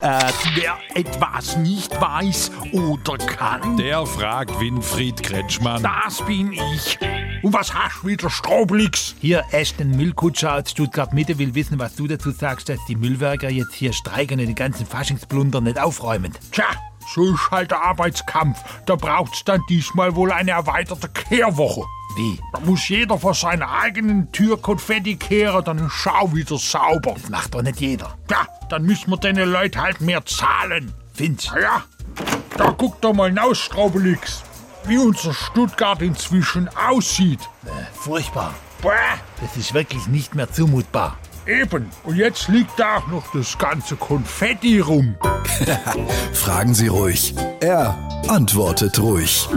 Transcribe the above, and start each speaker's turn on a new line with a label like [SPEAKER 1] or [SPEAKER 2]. [SPEAKER 1] Äh, wer etwas nicht weiß oder kann,
[SPEAKER 2] Der fragt Winfried Kretschmann.
[SPEAKER 1] das bin ich. Und was hast du wieder, Stroblix?
[SPEAKER 3] Hier Ashton Müllkutscher aus Stuttgart-Mitte will wissen, was du dazu sagst, dass die Müllwerker jetzt hier streiken und den ganzen Faschingsblunder nicht aufräumen.
[SPEAKER 1] Tja, so ist halt der Arbeitskampf. Da braucht's dann diesmal wohl eine erweiterte Kehrwoche.
[SPEAKER 3] Wie?
[SPEAKER 1] Da muss jeder vor seiner eigenen Tür Konfetti kehren, dann ist Schau wieder sauber.
[SPEAKER 3] Macht doch nicht jeder.
[SPEAKER 1] Ja, dann müssen wir den Leuten halt mehr zahlen.
[SPEAKER 3] Finch,
[SPEAKER 1] Na Ja, da guck doch mal hinaus, Straubelix, wie unser Stuttgart inzwischen aussieht.
[SPEAKER 3] furchtbar.
[SPEAKER 1] Bäh,
[SPEAKER 3] Das ist wirklich nicht mehr zumutbar.
[SPEAKER 1] eben. Und jetzt liegt da auch noch das ganze Konfetti rum.
[SPEAKER 4] Fragen Sie ruhig. Er antwortet ruhig.